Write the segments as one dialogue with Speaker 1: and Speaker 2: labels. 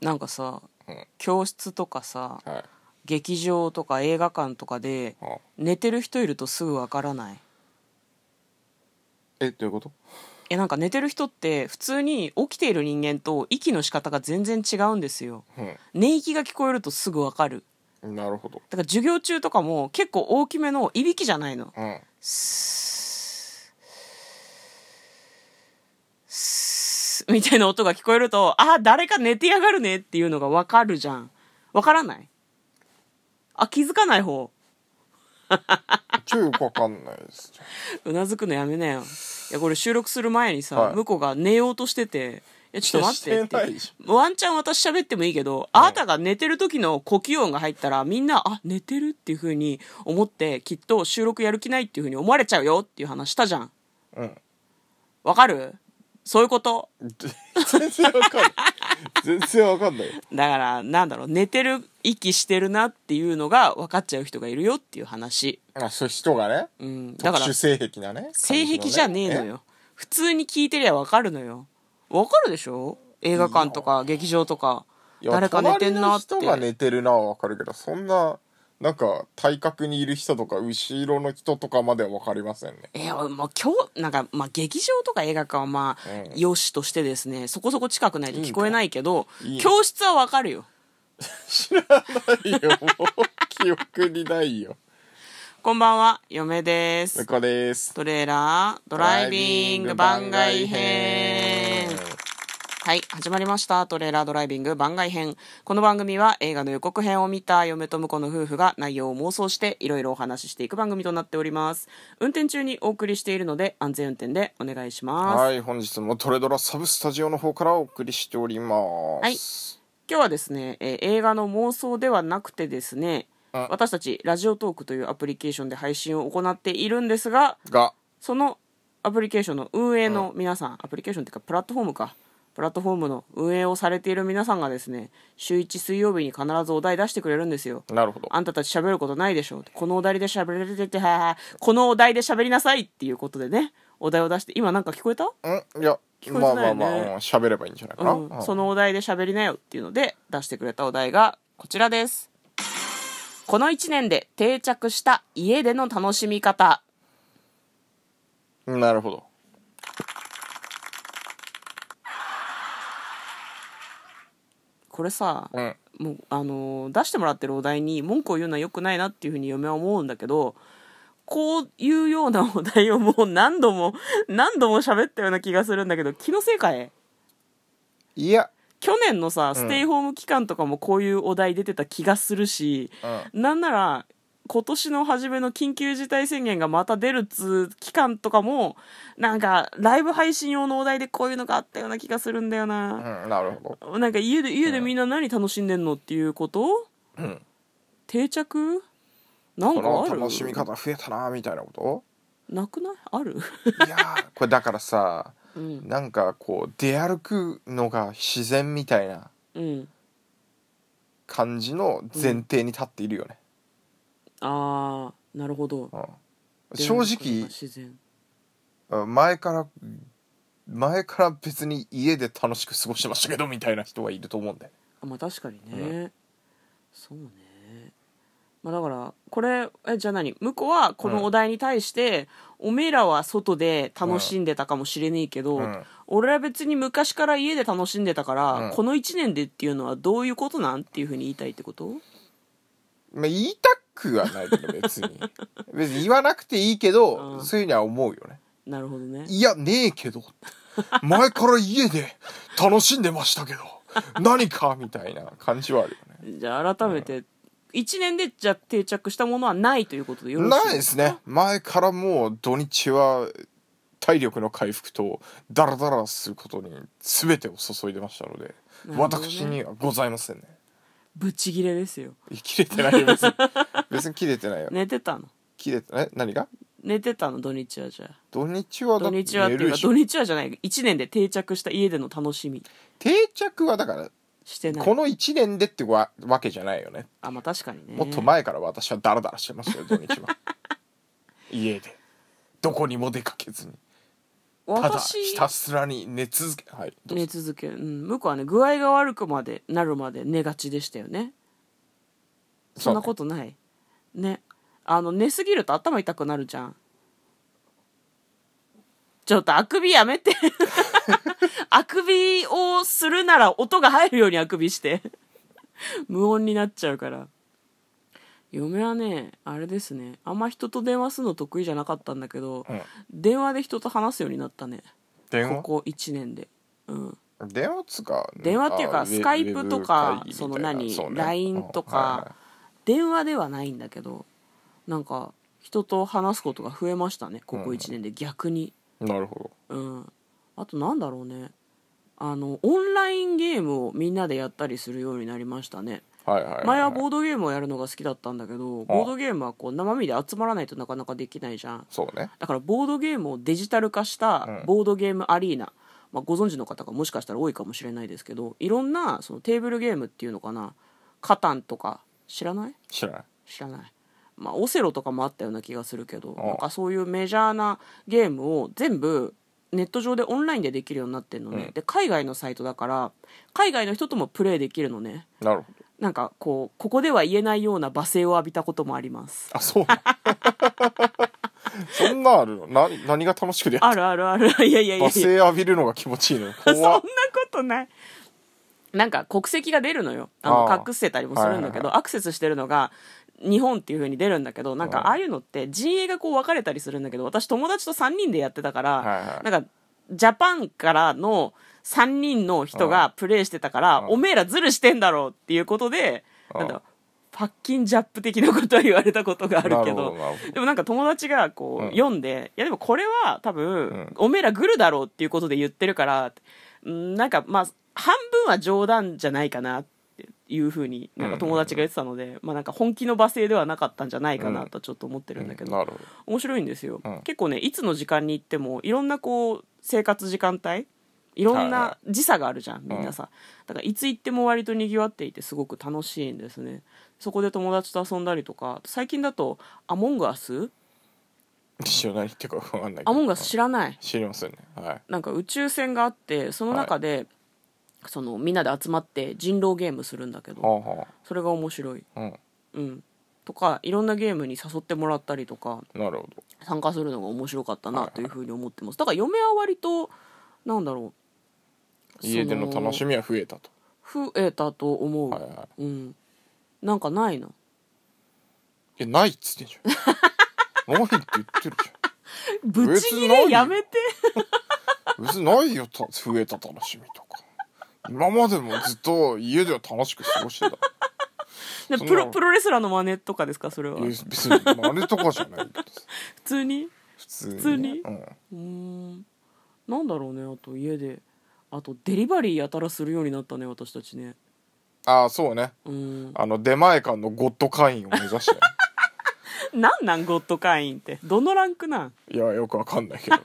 Speaker 1: なんかさ、
Speaker 2: うん
Speaker 1: 教室とかさ
Speaker 2: はい
Speaker 1: 劇場とか映画館とかで
Speaker 2: あ
Speaker 1: 寝てる人いるとすぐわからない
Speaker 2: えどういうこと
Speaker 1: えなんか寝てる人って普通に起きている人間と息の仕方が全然違うんですよ寝息が聞こえるとすぐわかる
Speaker 2: うんなるほど
Speaker 1: だから授業中とかも結構大きめのいびきじゃないの
Speaker 2: うん
Speaker 1: スースーみたいな音が聞こえると、あー、誰か寝てやがるねっていうのがわかるじゃん。わからないあ、気づかない方。
Speaker 2: ちょよくわかんないです
Speaker 1: うなずくのやめなよ。いや、これ収録する前にさ、
Speaker 2: はい
Speaker 1: 向こうが寝ようとしてて、いや、 ちょっと待ってっ
Speaker 2: してないで
Speaker 1: て
Speaker 2: し。
Speaker 1: ワンチャン私喋ってもいいけど、あなたが寝てる時の呼吸音が入ったら、みんな、あ、寝てるっていう風に思って、きっと収録やる気ないっていう風に思われちゃうよっていう話したじゃん。
Speaker 2: うん
Speaker 1: わかるそういうこと。
Speaker 2: 全然わかんない全然わかんない
Speaker 1: だから、なんだろう、寝てる、息してるなっていうのが分かっちゃう人がいるよっていう話。
Speaker 2: あそういう人がね
Speaker 1: うん。だ
Speaker 2: 特
Speaker 1: から
Speaker 2: 殊、性癖なね
Speaker 1: 性癖じゃねえのよ。普通に聞いてりゃ分かるのよ。分かるでしょ映画館とか劇場とか、
Speaker 2: いや
Speaker 1: 誰か寝てんなっ
Speaker 2: 隣の人が
Speaker 1: て。
Speaker 2: 寝てるなはわかるけどそんななんか体格にいる人とか後ろの人とかまではわかりませんね
Speaker 1: えー、まあ今日、なんか、まあ劇場とか映画館はまあ、
Speaker 2: うん
Speaker 1: よしとしてですね、そこそこ近くないと聞こえないけど、
Speaker 2: いいんだ
Speaker 1: 教室は分かるよ。
Speaker 2: いやもう記憶にないよ
Speaker 1: こんばんは、嫁です
Speaker 2: 向。こうです
Speaker 1: トレーラード
Speaker 2: ド
Speaker 1: ライビング番外編はい始まりましたトレーラードライビング番外編この番組は映画の予告編を見た嫁と婿の夫婦が内容を妄想していろいろお話ししていく番組となっております運転中にお送りしているので安全運転でお願いします、
Speaker 2: はい本日もトレドラサブスタジオの方からお送りしております
Speaker 1: 今日はですね、えー映画の妄想ではなくてですね
Speaker 2: あ
Speaker 1: 私たちラジオトークというアプリケーションで配信を行っているんですが
Speaker 2: が
Speaker 1: そのアプリケーションの運営の皆さん、アプリケーションっていうかプラットフォームかプラットフォームの運営をされている皆さんがですね週1水曜日に必ずお題出してくれるんですよ
Speaker 2: なるほど
Speaker 1: あんたたち喋ることないでしょこのお題で喋れててははこのお題で喋りなさいっていうことでねお題を出して今なんか聞こえた
Speaker 2: うんいや
Speaker 1: こえてないよね
Speaker 2: まあまあまあうん喋ればいいんじゃないかな
Speaker 1: うん
Speaker 2: うん
Speaker 1: そのお題で喋りなよっていうので出してくれたお題がこちらですこの1年で定着した家での楽しみ方
Speaker 2: なるほど
Speaker 1: これさ、
Speaker 2: うん
Speaker 1: もうあのー出してもらってるお題に文句を言うのは良くないなっていうふうに嫁は思うんだけどこういうようなお題をもう何度も 何度も喋ったような気がするんだけど気のせいかい
Speaker 2: いや
Speaker 1: 去年のさステイホーム期間とかもこういうお題出てた気がするし、なんなら今年の初めの緊急事態宣言がまた出るっつう期間とかもなんかライブ配信用のお題でこういうのがあったような気がするんだよな。
Speaker 2: うんなるほど
Speaker 1: なんか家で家でみんな何楽しんでんのっていうこと、
Speaker 2: うん
Speaker 1: 定着なん
Speaker 2: こ
Speaker 1: かあ
Speaker 2: の
Speaker 1: る
Speaker 2: 楽しみ方増えたなみたいなこと
Speaker 1: なくないある
Speaker 2: い やーこれだからさ、
Speaker 1: うん
Speaker 2: なんかこう出歩くのが自然みたいな
Speaker 1: うん
Speaker 2: 感じの前提に立っているよね、
Speaker 1: ああなるほど
Speaker 2: うん正
Speaker 1: 電
Speaker 2: 直
Speaker 1: 力が自然
Speaker 2: うん前から前から別に家で楽しく過ごしてましたけどみたいな人はいると思うんで
Speaker 1: あまあ確かにね、
Speaker 2: う
Speaker 1: そうねまあだからこれえじゃあ何向こうはこのお題に対して、おめえらは外で楽しんでたかもしれねえけど、
Speaker 2: うん
Speaker 1: 俺は別に昔から家で楽しんでたから、
Speaker 2: うん
Speaker 1: この1年でっていうのはどういうことなんっていうふうに言いたいってこと
Speaker 2: まあ言いたくはないけど 別に別に言わなくていいけど、
Speaker 1: うん
Speaker 2: そういうには思うよね
Speaker 1: なるほどね
Speaker 2: いやねえけど前から家で楽しんでましたけど何かみたいな感じはあるよね
Speaker 1: じゃあ改めて、一1年でじゃあ定着したものはないということでよろしい
Speaker 2: ないですね前からもう土日は体力の回復とダラダラすることに全てを注いでましたので、
Speaker 1: なるほどね
Speaker 2: 私にはございませんね
Speaker 1: ぶち切れですよ
Speaker 2: 切れてないよ 別に別に切れてないよ、
Speaker 1: 寝てたの
Speaker 2: 切れてえ何が
Speaker 1: 寝てたの土日はじゃあ
Speaker 2: 土日はだ
Speaker 1: 土
Speaker 2: って
Speaker 1: 日はっていう
Speaker 2: 寝るで
Speaker 1: か
Speaker 2: し
Speaker 1: 土
Speaker 2: ょ
Speaker 1: 日はじゃない1年で定着した家での楽しみ
Speaker 2: 定着はだから
Speaker 1: してない
Speaker 2: この1年でってわわけじゃないよね
Speaker 1: あまあ確かにね
Speaker 2: もっと前から私はダラダラし てましたよ土日は家でどこにも出かけずにただ
Speaker 1: 私
Speaker 2: ひたすらに寝続けはいどうぞ
Speaker 1: 寝続ける、うん、向こうはね具合が悪くまでなるまで寝がちでしたよねそんなことないねあの寝すぎると頭痛くなるじゃんちょっとあくびやめ てあくびをするなら音が入るようにあくびして無音になっちゃうから嫁はねあれですねあんま人と電話するの得意じゃなかったんだけど、
Speaker 2: うん
Speaker 1: 電話で人と話すようになったね
Speaker 2: 電
Speaker 1: こ
Speaker 2: 話
Speaker 1: こ1年でうん
Speaker 2: 電話っつうか
Speaker 1: 電話っていうか
Speaker 2: あウェ
Speaker 1: スカイプとか
Speaker 2: ウェブ会議みたいな
Speaker 1: その何
Speaker 2: そうね
Speaker 1: LINE とか
Speaker 2: うんはいはい
Speaker 1: 電話ではないんだけどなんか人と話すことが増えましたねここ1年で逆に
Speaker 2: なるほ
Speaker 1: うん、あとなんだろうねあのオンラインゲームをみんなでやったりするようになりましたね
Speaker 2: どはいはいはい、
Speaker 1: 前はボードゲームをやるのが好きだったんだけどボードゲームはこう生身で集まらないとなかなかできないじゃん
Speaker 2: そうね
Speaker 1: だからボードゲームをデジタル化した
Speaker 2: うん
Speaker 1: ボードゲームアリーナ、まあ、ご存知の方がもしかしたら多いかもしれないですけどいろんなそのテーブルゲームっていうのかなカタンとか知らない
Speaker 2: 知らない
Speaker 1: 知らない、まあ、オセロとかもあったような気がするけど
Speaker 2: ああ
Speaker 1: なんかそういうメジャーなゲームを全部ネット上でオンラインでできるようになってるのね、
Speaker 2: うん
Speaker 1: で海外のサイトだから海外の人ともプレイできるのね
Speaker 2: なるほど
Speaker 1: なんかこうここでは言えないような罵声を浴びたこともあります
Speaker 2: あそうなの そんなあるのな何が楽しくてやっ
Speaker 1: あるあるある いやいやいやい
Speaker 2: 罵
Speaker 1: や
Speaker 2: 声浴びるのが気持ちいいのよ
Speaker 1: そんな
Speaker 2: 怖っ
Speaker 1: ことないなんか国籍が出るのよあの
Speaker 2: ああ
Speaker 1: 隠してたりもするんだけ
Speaker 2: はいはい
Speaker 1: ど、アクセスしてるのが日本っていう風に出るんだけどなん
Speaker 2: うん
Speaker 1: かああいうのって陣営がこう分かれたりするんだけど私友達と3人でやってたから、
Speaker 2: はいはい
Speaker 1: なんかジャパンからの3人の人がプレイしてたから、
Speaker 2: うん
Speaker 1: おめえらズルしてんだろうっていうことで、
Speaker 2: うん
Speaker 1: なんだパッキンジャップ的なことは言われたことがあるけ
Speaker 2: なるほ
Speaker 1: ど
Speaker 2: なるほ
Speaker 1: でもなんか友達がこう、
Speaker 2: うん
Speaker 1: 読んで、いやでもこれは多分、
Speaker 2: ん
Speaker 1: おめえらグルだろうっていうことで言ってるから、うんなんかまあ、半分は冗談じゃないかなっていうふうに、なんか友達が言ってたので、まあなんか本気の罵声ではなかったんじゃないかなとちょっと思ってるんだけど、
Speaker 2: なるほど
Speaker 1: 面白いんですよ、
Speaker 2: うん
Speaker 1: 結構ね、いつの時間に行っても、いろんなこう、生活時間帯、いろん
Speaker 2: はいは
Speaker 1: な時差があるじゃん、みんなさ。だからいつ行っても割と賑わっていて、すごく楽しいんですね。そこで友達と遊んだりとか、最近だと、アモングアス
Speaker 2: 一緒何言ってるか分かんないけど
Speaker 1: アモンガス知らない
Speaker 2: 知りませんねはい
Speaker 1: なんか宇宙船があってその中で、そのみんなで集まって人狼ゲームするんだけど
Speaker 2: はあは
Speaker 1: それが面白い、
Speaker 2: あうん
Speaker 1: うん、とかいろんなゲームに誘ってもらったりとか
Speaker 2: なるほど
Speaker 1: 参加するのが面白かったなというふうに思ってますだから嫁は割となんだろう
Speaker 2: 家での楽し
Speaker 1: み
Speaker 2: みは増えたと
Speaker 1: 増えたと思う、
Speaker 2: はいはい
Speaker 1: うんなんかないの
Speaker 2: えないっつってんじゃん ないって言ってるじ
Speaker 1: ぶち切
Speaker 2: 別にない
Speaker 1: れ
Speaker 2: よ
Speaker 1: やめて
Speaker 2: ゃん別にないよた増えた楽しみとか今までもずっと家では楽しく過ごしてた
Speaker 1: ね
Speaker 2: そんな
Speaker 1: プロプロレスラーの真似とかですかそれはい
Speaker 2: や
Speaker 1: 普
Speaker 2: 別に真似とかじゃないけど
Speaker 1: 通に
Speaker 2: 普通に,、
Speaker 1: 普通に
Speaker 2: うん、
Speaker 1: うーんなんだろうねあと家であとデリバリーやたらするようになったね私たちね
Speaker 2: ああそうね
Speaker 1: うー ん
Speaker 2: あの出前館のゴッド会員を目指してね
Speaker 1: なんなんゴッド会員ってどのランクなん
Speaker 2: いやよくわかんな いけど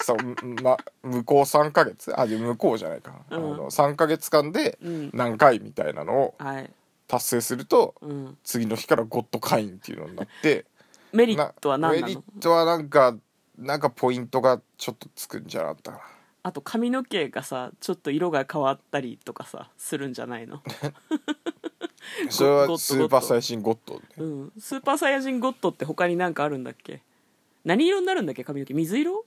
Speaker 2: さ、ま、向こう3ヶ月あで向こうじゃないか、
Speaker 1: うん
Speaker 2: あの3ヶ月間で
Speaker 1: うん
Speaker 2: 何回みたいなのを
Speaker 1: はい、
Speaker 2: 達成すると、
Speaker 1: うん、
Speaker 2: 次の日からゴッド会員っていうのになって
Speaker 1: メ
Speaker 2: メ
Speaker 1: リットは何な
Speaker 2: メリ
Speaker 1: の
Speaker 2: ットはなんかなんかポイントがちょっとつくんじゃなかったか
Speaker 1: あと髪の毛がさちょっと色が変わったりとかさするんじゃない の、
Speaker 2: なそれ
Speaker 1: ゴッドゴッド
Speaker 2: はスーパー最新ゴッドね
Speaker 1: うん、スーパーサイヤ人ゴッドって他になんかあるんだっけ何色になるんだっけ髪の毛水色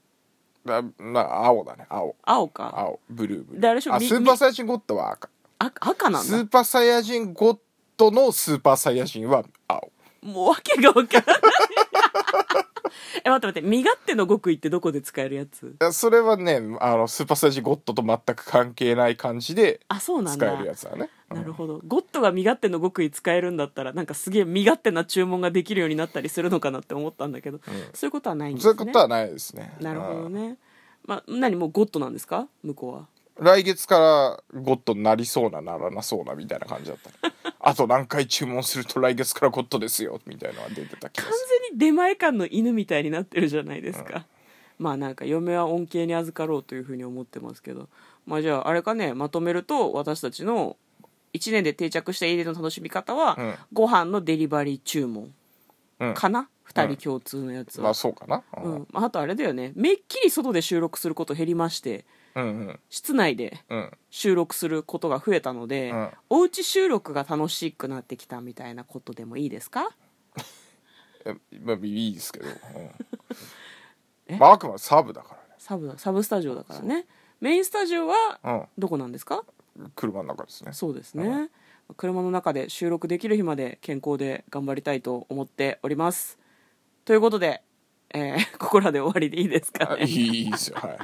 Speaker 2: なな青だね青
Speaker 1: 青か
Speaker 2: 青ブルーブルー
Speaker 1: であれでしょ
Speaker 2: あ
Speaker 1: み
Speaker 2: スーパーサイヤ人ゴッドは赤
Speaker 1: あ赤なん
Speaker 2: ス
Speaker 1: だ
Speaker 2: ーパーサイヤ人ゴッドのスーパーサイヤ人は青
Speaker 1: もう訳が分からない え待って待って身勝手の極意ってどこで使えるやつ
Speaker 2: いやそれはねあのスーパーサイヤ人ゴッドと全く関係ない感じで
Speaker 1: あそうなんだ
Speaker 2: 使えるやつだね
Speaker 1: なるほどゴッドが身勝手の極意使えるんだったらなんかすげえ身勝手な注文ができるようになったりするのかなって思ったんだけど、そういうことはないんです
Speaker 2: そう
Speaker 1: ね
Speaker 2: いうことはないですね
Speaker 1: なるほど
Speaker 2: うん
Speaker 1: ね、まあ、何もうゴッドなんですか向こうは
Speaker 2: 来月からゴッドになりそうなならなそうなみたいな感じだった ねあと何回注文すると来月からゴッドですよみたいなのが出てた気が
Speaker 1: 完
Speaker 2: す
Speaker 1: 全に出前館の犬みたいになってるじゃないですか、まあなんか嫁は恩恵に預かろうというふうに思ってますけどまあじゃああれかねまとめると私たちの1年で定着した家での楽しみ方は、
Speaker 2: うん
Speaker 1: ご飯のデリバリー注文
Speaker 2: る、うん、
Speaker 1: かな2人共通のやつ
Speaker 2: ま
Speaker 1: は
Speaker 2: あ、そうかな、う
Speaker 1: うんんあとあれだよねめっきり外で収録すること減りまして
Speaker 2: うんうん
Speaker 1: 室内で
Speaker 2: うん
Speaker 1: 収録することが増えたので、
Speaker 2: うん
Speaker 1: おうち収録が楽しくなってきたみたいなことでもいいですか
Speaker 2: えまあいいですけど、う
Speaker 1: え
Speaker 2: ん、まああくまでサーブだか
Speaker 1: サブサブスタジオだからねメインスタジオは
Speaker 2: らね、
Speaker 1: どこなんですか
Speaker 2: うん、車の中ですね
Speaker 1: そうですね、車の中で収録できる日まで健康で頑張りたいと思っておりますということで、えー ここらで終わりでいいですか
Speaker 2: あい
Speaker 1: ね
Speaker 2: いいいですよはい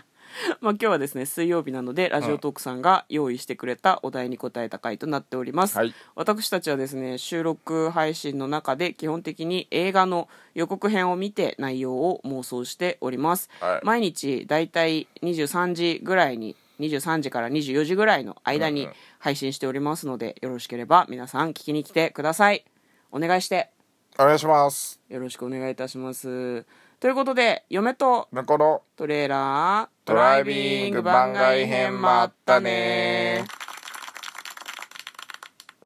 Speaker 1: まあ今日はですね水曜日なのでラジオトークさんが用意してくれたお題に答えた回となっております、
Speaker 2: はい
Speaker 1: 私たちはですね収録配信の中で基本的に映画の予告編を見て内容を妄想しております、
Speaker 2: はい
Speaker 1: 毎日だいたい23時ぐらいに23時から24時ぐらいの間
Speaker 2: うん
Speaker 1: に
Speaker 2: うん
Speaker 1: 配信しておりますので、よろしければ皆さん聞きに来てくださいお願いして
Speaker 2: お願いします
Speaker 1: よろしくお願いいたしますということで嫁と
Speaker 2: だから
Speaker 1: トレーラード
Speaker 2: ドライビング番外編もあったね